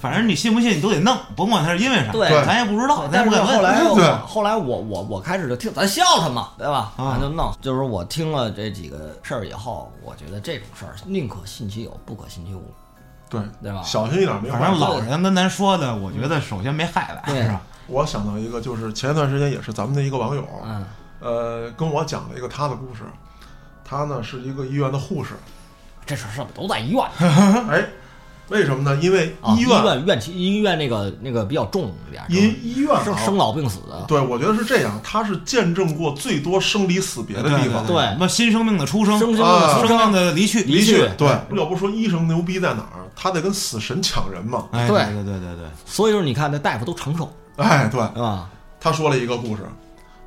反正你信不信你都得弄，甭管他是因为啥，
对
咱也不知道，咱
但
也
是
不敢问
后来
对
我后来我我我开始就听，咱笑他嘛，对吧？
啊
咱就弄，就是我听了这几个事儿以后，我觉得这种事儿宁可信其有，不可信其无。
对
对吧
小心一点，没
反正
坏。
老人跟咱说的，我觉得首先没害咱，
对
是吧？
我想到一个，就是前一段时间也是咱们的一个网友，
嗯
呃，跟我讲了一个他的故事。他呢是一个医院的护士，
这事儿是不是都在医院？
哎，为什么呢？因为
啊，
医
医
院、
院其医院那个那个比较重一点，
因医院
生
啊
生老病死的，
对，我觉得是这样，他是见证过最多生离死别的地方。
对
什么新生命的出生，
生生
啊
出
生命
生，
的离去，
离去
对，要不说医生牛逼在哪儿，他得跟死神抢人嘛。
哎，
对
对对对对，
所以就是你看那大夫都长寿
哎，对，
啊，
他说了一个故事，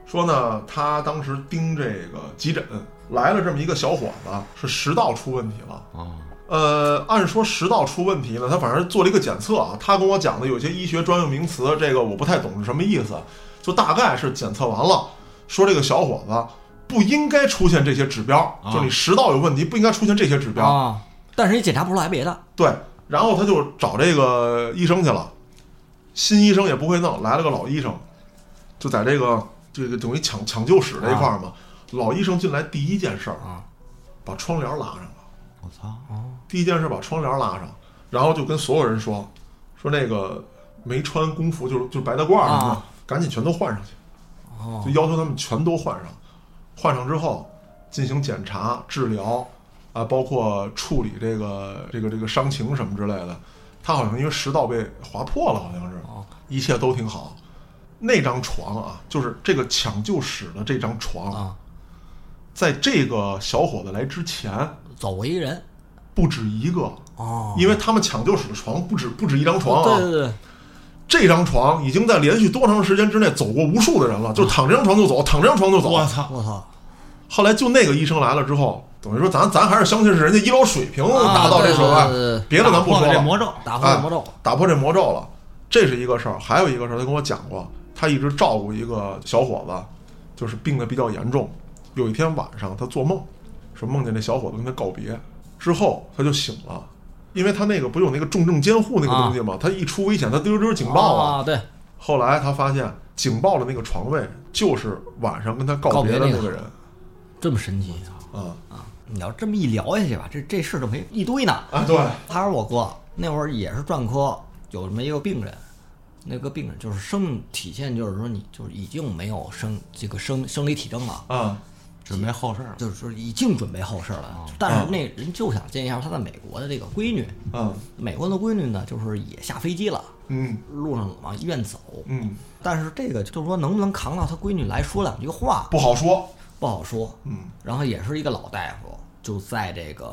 说呢，他当时盯这个急诊来了这么一个小伙子，是食道出问题了。
哦，
呃，按说食道出问题呢，他反正做了一个检测啊。他跟我讲的有些医学专用名词，这个我不太懂是什么意思，就大概是检测完了，说这个小伙子不应该出现这些指标，
啊
就你食道有问题，不应该出现这些指标。
啊，但是也检查不出来别的，
对，然后他就找这个医生去了，新医生也不会弄，来了个老医生，就在这个这个等于抢抢救室这一块儿嘛，老医生进来第一件事儿
啊，
把窗帘拉上了。
我操，
第一件事把窗帘拉上，然后就跟所有人说，说那个没穿工服就是就是白大褂什么的，
啊
赶紧全都换上去，
哦
就要求他们全都换上。换上之后进行检查、治疗啊，包括处理这个这个这个伤情什么之类的。他好像因为食道被划破了，好像是
哦，
一切都挺好。那张床啊，就是这个抢救室的这张床，
啊，
在这个小伙子来之前，
走过一人
不止一个。
哦，
因为他们抢救室的床不止不止一张床
对
啊，
对对，
这张床已经在连续多长时间之内走过无数的人了，就躺这张床就走，躺这张床就
我
走。
操，
我操，
后来就那个医生来了之后，等于说咱咱还是相信是人家医疗水平
啊
达到这水
对对对
平，别的咱不
打
说
破了这
了，
魔咒，
打破了魔咒，
啊打破这魔咒了，这是一个事儿。还有一个事儿，他跟我讲过，他一直照顾一个小伙子，就是病得比较严重。有一天晚上，他做梦，说梦见那小伙子跟他告别，之后他就醒了，因为他那个不有那个重症监护那个东西吗？他一出危险，他丢丢警报啊。
啊啊，对，
后来他发现警报的那个床位就是晚上跟他告别的那个人
这么神奇
啊
啊！你要这么一聊下去吧，这这事儿就没一堆呢。
啊，对，
他是我哥，那会儿也是专科，有这么一个病人，那个病人就是生命体现，就是说你就是已经没有生这个生生理体征了，
啊
准备后事儿，
就是说已经准备后事
哦
了。但是那人就想见一下他在美国的这个闺女，
啊
美国的闺女呢，就是也下飞机了，
嗯
路上往医院走。
嗯，
但是这个就是说，能不能扛到他闺女来说两句话
不好说，
不好说。
嗯
然后也是一个老大夫，就在这个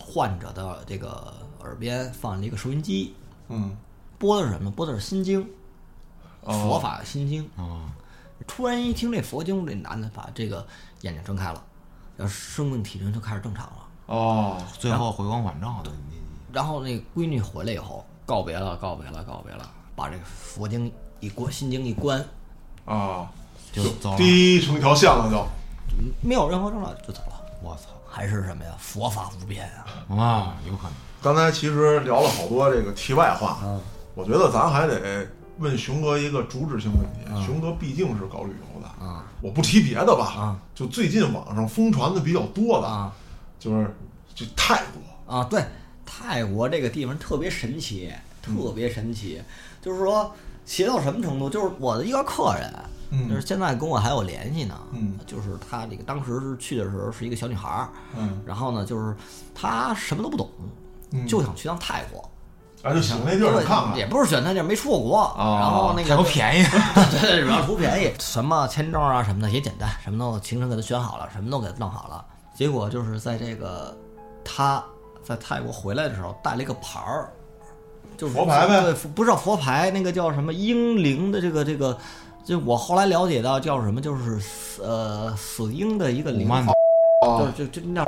患者的这个耳边放了一个收音机，
嗯，
播的是什么？播的是《心经》，
哦
佛法的《心经》。
嗯
哦，
突然一听这佛经，这男的把这个眼睛睁开了，然后生命体征就开始正常了。
哦，
最后回光返照的，你
然后那闺女回来以后，告别了，告别了，告别了，把这个佛经一关，《心经》一关，
啊，
就
哦
走了，
滴成一条线了就。
没有任何症状就走了。
我操
还是什么呀？佛法无边啊！
啊，有可能，
刚才其实聊了好多这个题外话，
啊
我觉得咱还得问熊哥一个主旨性问题。熊哥毕竟是搞旅游的，
啊
我不提别的吧，
啊
就最近网上疯传的比较多的，
啊
就是就泰国。
啊！对，泰国这个地方特别神奇，特别神奇，就是说奇到什么程度？就是我的一个客人，
嗯
就是现在跟我还有联系呢，
嗯
就是他这个当时是去的时候是一个小女孩儿，
嗯，
然后呢，就是她什么都不懂，
嗯
就想去趟泰国。
啊，就喜欢那地儿，你看看
也不是选他地儿，没出过国，
哦
然后那个
泰国便宜，
对 对，主要图便宜，什么签证啊什么的也简单，什么都行程给他选好了，什么都给他弄好了。结果就是在这个他在泰国回来的时候带了一个牌儿，就是
佛牌呗
对，不是呃佛牌，那个叫什么英灵的这个这个，就我后来了解到叫什么，就是死呃死婴的一个
古
灵，
曼的，
就是就就那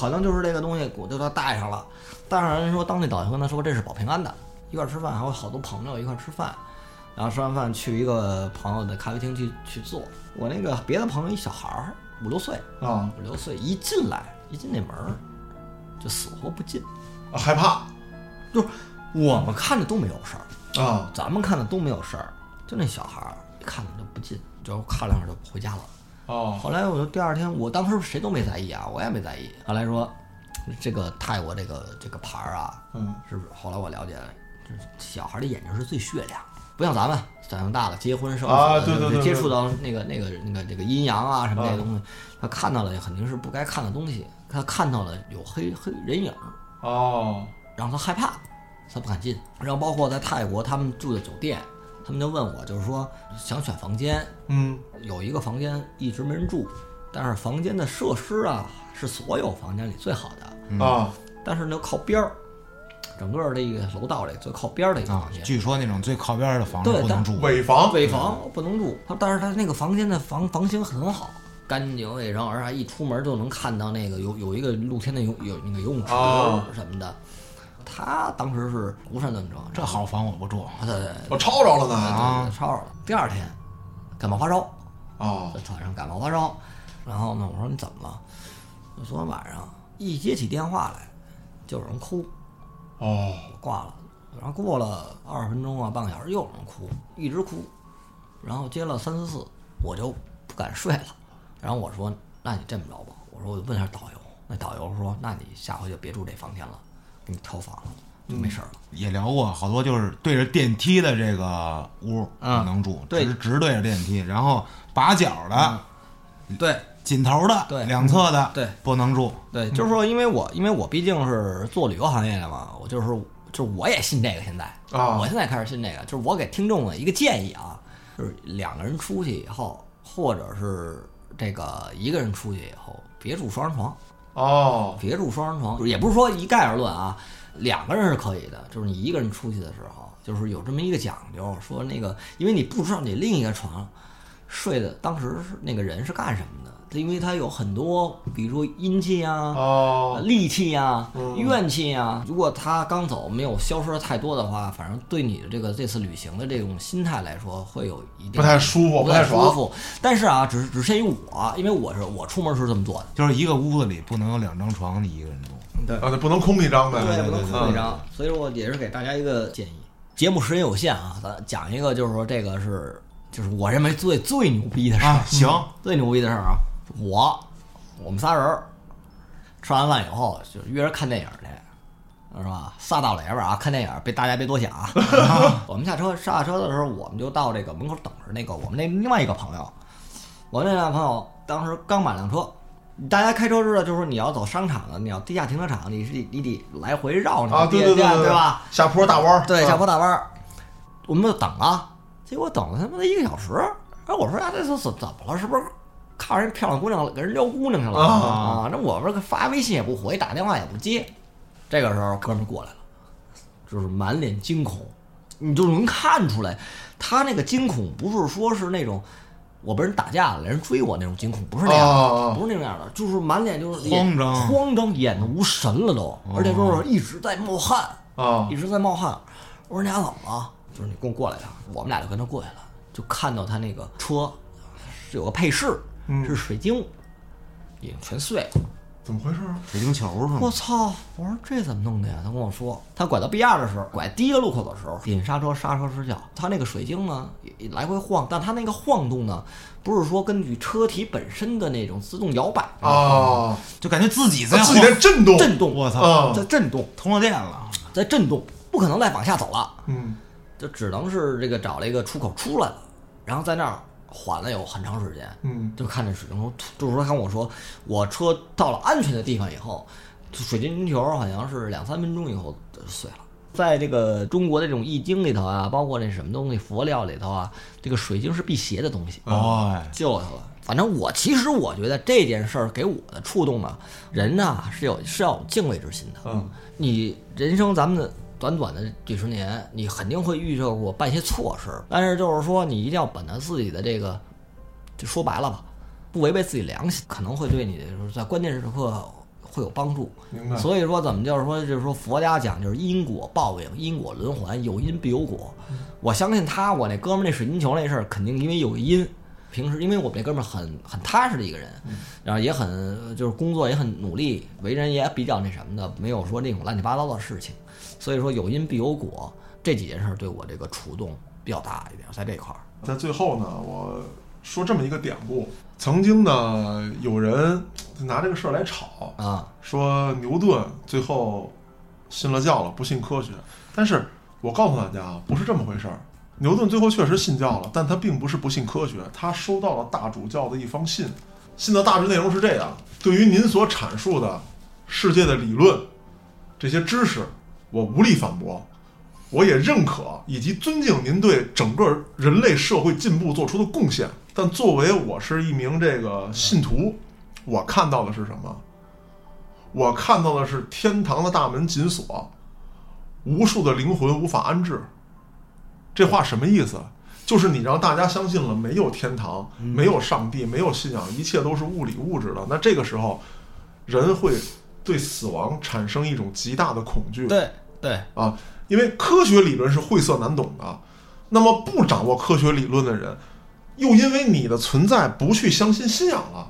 可能就是这个东西我就他带上了。带上人说，当地导游跟他说这是保平安的，一块儿吃饭，还有好多朋友一块儿吃饭。然后吃完饭去一个朋友的咖啡厅去去坐。我那个别的朋友一小孩儿五六岁
啊，
五六岁一进来一进那门儿就死活不进，
啊害怕
就是我们看着都没有事儿，
啊，
咱们看的都没有事儿，就那小孩儿一看就不进，就看两会儿就回家了。
哦，
后来我就第二天，我当时谁都没在意啊，我也没在意。后来说，这个泰国这个这个牌儿啊，
嗯，
是不是？后来我了解，这小孩的眼睛是最雪亮，不像咱们，咱们大了结婚生子，
啊对对对
接触到那个那个那个那个阴阳啊什么那些东西，他看到了肯定是不该看的东西，他看到了有黑黑人影，
哦，
让他害怕，他不敢进。然后包括在泰国，他们住的酒店，他们就问我，就是说想选房间，
嗯，
有一个房间一直没人住，但是房间的设施啊是所有房间里最好的，
啊，
但是呢靠边儿，整个这个楼道里最靠边儿的一个
啊
房间。
据说那种最靠边儿的房子
对
不能
但
住，
尾房，
尾房不能住，他但是他那个房间的房房型很好，干净卫生，而且还一出门就能看到那个有有一个露天的游有那个游泳池
啊
什么的。他当时是无神论者，
这好房我不住。
对对
我抄着了呢，
啊
对，烧了。第二天感冒发烧，
啊
在船上感冒发烧，然后呢，我说你怎么了？我昨天晚上一接起电话来，就有人哭，
哦，
我挂了。然后过了二十分钟啊，半个小时又有人哭，一直哭，然后接了三四次，我就不敢睡了。然后我说，那你这么着吧，我说我问一下导游，那导游说，那你下回就别住这房间了，给你调房了，就没事儿了。
也聊过好多，就是对着电梯的这个屋不
嗯
能住，
对
直直对着电梯，然后把角的、
对，
紧头的、
对
两侧的、
对
不能住。
对，就是说，因为我因为我毕竟是做旅游行业的嘛，我就是就是我也信这个，现在
啊
我现在开始信这个，就是我给听众的一个建议啊，就是两个人出去以后，或者是这个一个人出去以后，别住双人床，
哦，
别住双人床，也不是说一概而论啊，两个人是可以的，就是你一个人出去的时候，就是有这么一个讲究，说那个，因为你不知道你另一个床睡的当时是那个人是干什么的，因为他有很多，比如说阴气啊，
哦，
戾气呀、
嗯
怨气呀、如果他刚走没有消失得太多的话，反正对你的这个这次旅行的这种心态来说，会有一定
不太舒服
不
不太
舒
爽
服。但是啊，只是只限于我，因为我是我出门是这么做的，
就是一个屋子里不能有两张床，你一个 人住。
啊，那不能空一张呗，
对，不能空一
嗯，
张。所以说我也是给大家一个建议。节目时间有限啊，咱讲一个，就是说这个是，就是我认为最最牛逼的事儿、
嗯
啊行
最牛逼的事儿啊！我我们仨人儿吃完饭以后就约着看电影去，是吧？仨大老爷们儿啊，看电影，别大家别多想 啊。我们下车下车的时候，我们就到这个门口等着那个我们那另外一个朋友，我那俩朋友当时刚买辆车，大家开车知道，就是说你要走商场的，你要地下停车场，你是你得来回绕那个
啊，对
地
对
地下
对
对吧？？
下坡大弯儿，
对，
啊
下坡大弯儿，我们就等啊，结果等了他妈的一个小时，哎，我说呀，这次怎怎么了？是不是看人漂亮姑娘了，给人撩姑娘去了
啊
啊？那我们发微信也不回，打电话也不接，这个时候哥们儿过来了，就是满脸惊恐，你就能看出来，他那个惊恐不是说是那种。我被人打架了，人追我那种惊恐，不是那样的，
哦哦哦
不是那样的，就是满脸就是
慌张
慌张，眼都无神了都，而且说是一直在冒汗，
啊
一直在冒汗。我说你俩怎么了？就是你跟我过来一趟，我们俩就跟他过去了，就看到他那个车是有个配饰，
嗯
是水晶，已经全碎了。
怎么回事啊？
水晶球是
我
吗？
操！我说这怎么弄的呀？他跟我说，他拐到 B 二的时候，拐第一个路口的时候，紧刹车，刹车失效。他那个水晶呢，也也来回晃，但他那个晃动呢，不是说根据车体本身的那种自动摇摆
哦
啊，
就感觉自己在
它自己在
晃
震动，
震动，
我
啊
操，
在震动，
通了电了。
在震动，不可能再往下走了。
嗯，
就只能是这个找了一个出口出来了，然后在那儿缓了有很长时间，
嗯，
就看这水晶球，就是说跟我说，我车到了安全的地方以后，水晶球好像是两三分钟以后就碎了。在这个中国的这种易经里头啊，包括那什么东西佛教里头啊，这个水晶是辟邪的东西，
哦，
啊救了他了。反正我其实我觉得这件事儿给我的触动呢，人呐、是有是要有敬畏之心的。
嗯，
你人生咱们的短短的几十年，你肯定会遇到过办些错事，但是就是说你一定要本着自己的这个，就说白了吧，不违背自己良心，可能会对你就是在关键时刻会有帮助。
明白
所以说，怎么就是说，就是说佛家讲就是因果报应、因果轮环，有因必有果。
嗯
我相信他，我那哥们儿那水晶球那事儿，肯定因为有因。平时因为我们那哥们儿很很踏实的一个人，
嗯
然后也很就是工作也很努力，为人也比较那什么的，没有说那种乱七八糟的事情。所以说有因必有果，这几件事儿对我这个触动比较大一点，在这块儿。
在最后呢，我说这么一个典故：曾经呢，有人拿这个事儿来吵，
啊，
说牛顿最后信了教了，不信科学。但是我告诉大家啊，不是这么回事儿。牛顿最后确实信教了，但他并不是不信科学，他收到了大主教的一封信，信的大致内容是这样：对于您所阐述的世界的理论，这些知识，我无力反驳，我也认可以及尊敬您对整个人类社会进步做出的贡献。但作为我是一名这个信徒，我看到的是什么？我看到的是天堂的大门紧锁，无数的灵魂无法安置。这话什么意思？就是你让大家相信了没有天堂，没有上帝，没有信仰，一切都是物理物质的。那这个时候，人会对死亡产生一种极大的恐惧。
对对，
啊，因为科学理论是晦涩难懂的。那么不掌握科学理论的人，又因为你的存在不去相信信仰了，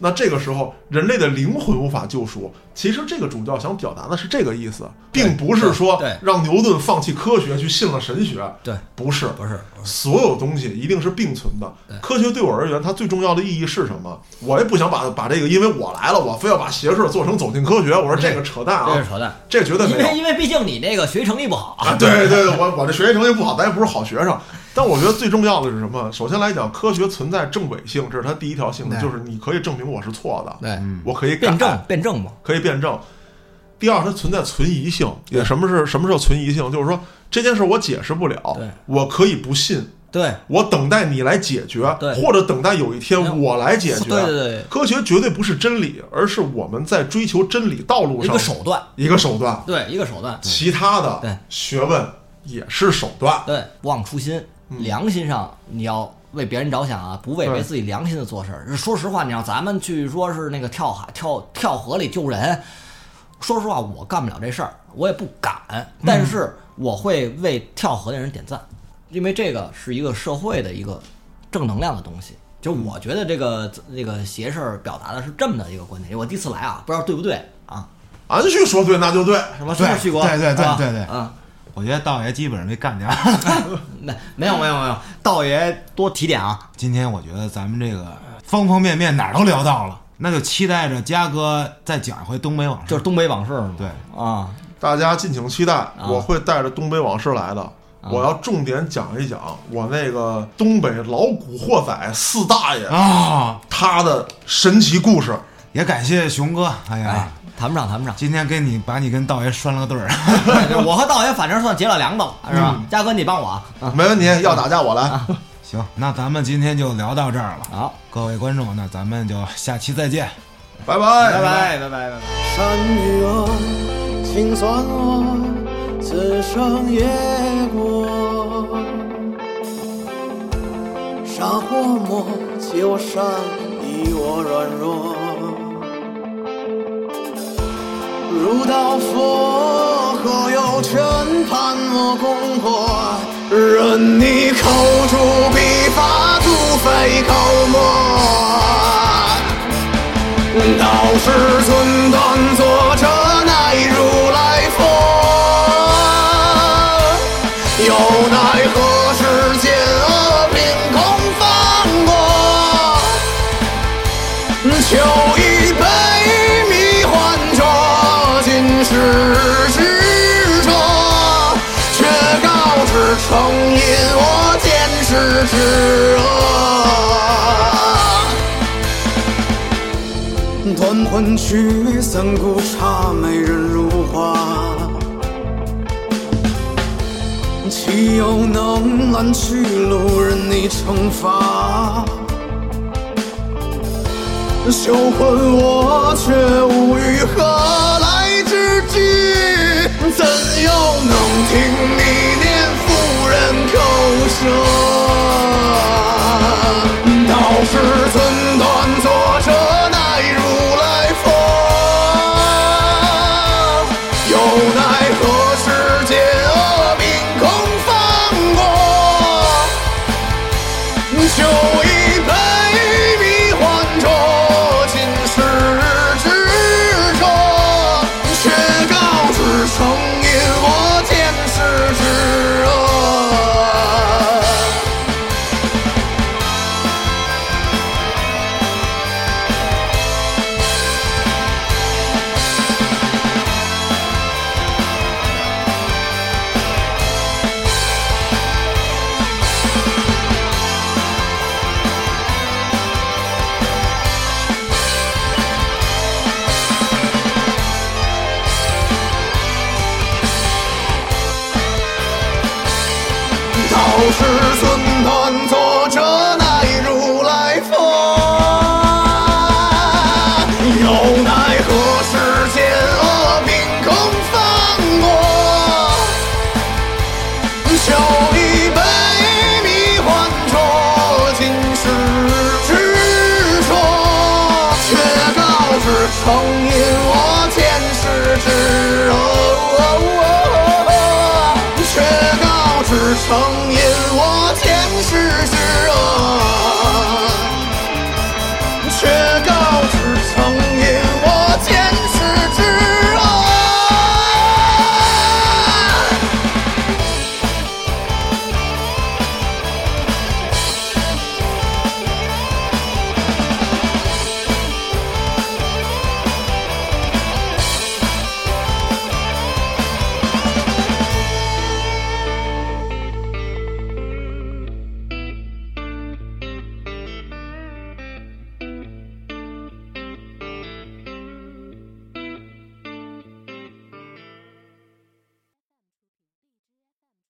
那这个时候人类的灵魂无法救赎。其实这个主教想表达的是这个意思，并不是说
对对
让牛顿放弃科学去信了神学，
对，
不是，
不是不是
所有东西一定是并存的
对。
科学对我而言，它最重要的意义是什么？我也不想把把这个，因为我来了，我非要把邪事做成走进科学。我说这个扯淡
这是
啊，
扯淡，
这绝对
因
没有
为。因为毕竟你那个学习成绩不好，
啊，对对对，我我这学习成绩不好，咱也不是好学生。但我觉得最重要的是什么？首先来讲，科学存在正伪性，这是它第一条性质，
对
就是你可以证明我是错的，嗯
对，
我可以改
辩证辩证嘛，
可以辩证。第二，它存在存疑性，也什么是什么时候存疑性？就是说这件事我解释不了
对，
我可以不信，
对
我等待你来解决
对，
或者等待有一天我来解决。
对对对，
科学绝对不是真理，而是我们在追求真理道路
一
上
个手段，
一个手段。
对一个手段，
其他
对
的学问也是手段。
对，忘初心，
嗯
良心上你要为别人着想啊，不为
对
为自己良心的做事儿。说实话，你让咱们去说是那个跳海、跳跳河里救人，说实话我干不了这事儿，我也不
嗯
敢，但是我会为跳河的人点赞，因为这个是一个社会的一个正能量的东西。就
嗯
我觉得这个这个邪事儿表达的是这么的一个观点，我第一次来啊，不知道对不对啊？
按序说对，那就对。
什么是不是
对
旭国？
对对对
啊
对对
啊。
我觉得道爷基本上没干掉。
没没有没有没有，道爷多提点啊！
今天我觉得咱们这个方方面面哪儿都聊到了，那就期待着嘉哥再讲一回东北往
就
事。
是东北往事嘛。
对
啊，
大家敬请期待，我会带着东北往事来的。
啊
我要重点讲一讲我那个东北老古惑仔四大爷、
啊、
他的神奇故事。
也感谢熊哥，哎呀，，
哎，谈不上谈不 上
今天跟你把你跟道爷拴了个对儿。
我和道爷反正算结了梁子了，是吧？嘉哥你帮我啊，
没问题，要打架我来。
行，那咱们今天就聊到这儿了，
好，
各位观众，那咱们就下期再见。
拜拜，
拜。拜拜拜拜拜。
山与岸，请算我此生野果。山或莫欺我善意，我软弱。如道佛何有权判我功过？任你口诛笔伐，土匪口沫。道是寸断，作者乃如来佛。又奈何世间恶凭空放过？求一杯迷幻浊，尽是执着，却告知成因我见识之恶。断魂曲，三顾茶，美人如花。岂有能拦去路人你惩罚？羞魂我却无语，何来之句？怎又能听你念妇人口舌？道是寸断，作者乃如来佛。世尊端坐者乃如来佛。又奈何世间恶名空放过？笑一杯迷幻浊，今世执着，却告知成因我前世之恶，却告知成因我前世之恶，却